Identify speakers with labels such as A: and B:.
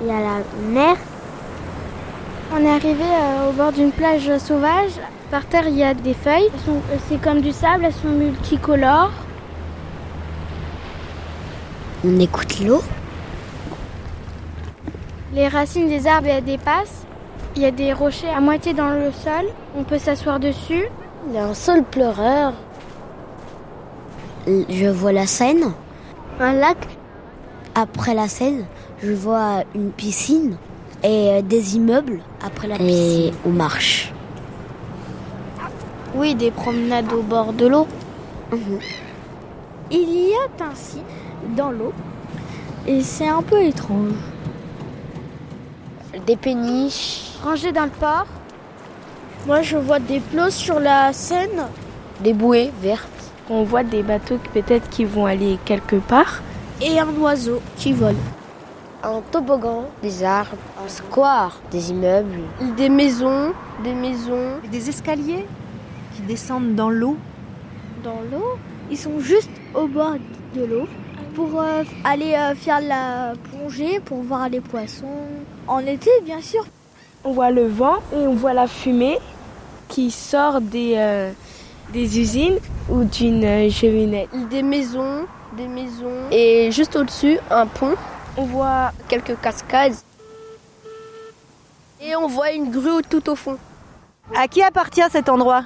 A: il y a la mer.
B: On est arrivé euh, au bord d'une plage sauvage. Par terre, il y a des feuilles. Elles sont- euh, C'est comme du sable, elles sont multicolores.
A: On écoute l'eau.
B: Les racines des arbres, elles dépassent. Il y a des rochers à moitié dans le sol. On peut s'asseoir dessus.
A: Il y a un sol pleureur. Je vois la Seine. Un lac. Après la Seine, je vois une piscine et euh, des immeubles après la piscine. Et on marche.
B: Oui, des promenades au bord de l'eau.
A: Mhm.
B: Il y a ainsi dans l'eau. Et c'est un peu étrange.
A: Des péniches,
B: Rangé dans le port. Moi, je vois des plots sur la Seine.
A: des bouées vertes.
C: On voit des bateaux que peut-être qui vont aller quelque part.
B: Et un oiseau qui vole.
A: Un toboggan, des arbres, un square, des immeubles.
B: Des maisons, des maisons.
D: Des escaliers qui descendent dans l'eau.
B: dans l'eau. Ils sont juste au bord de l'eau pour euh, aller euh, faire la plongée, pour voir les poissons. En été, bien sûr.
C: On voit le vent et on voit la fumée qui sort des, euh, des usines ou d'une euh, cheminée.
B: Des maisons, des maisons.
E: Et juste au-dessus, un pont,
C: On voit
E: quelques cascades. Et on voit une grue tout au fond.
D: À qui appartient cet endroit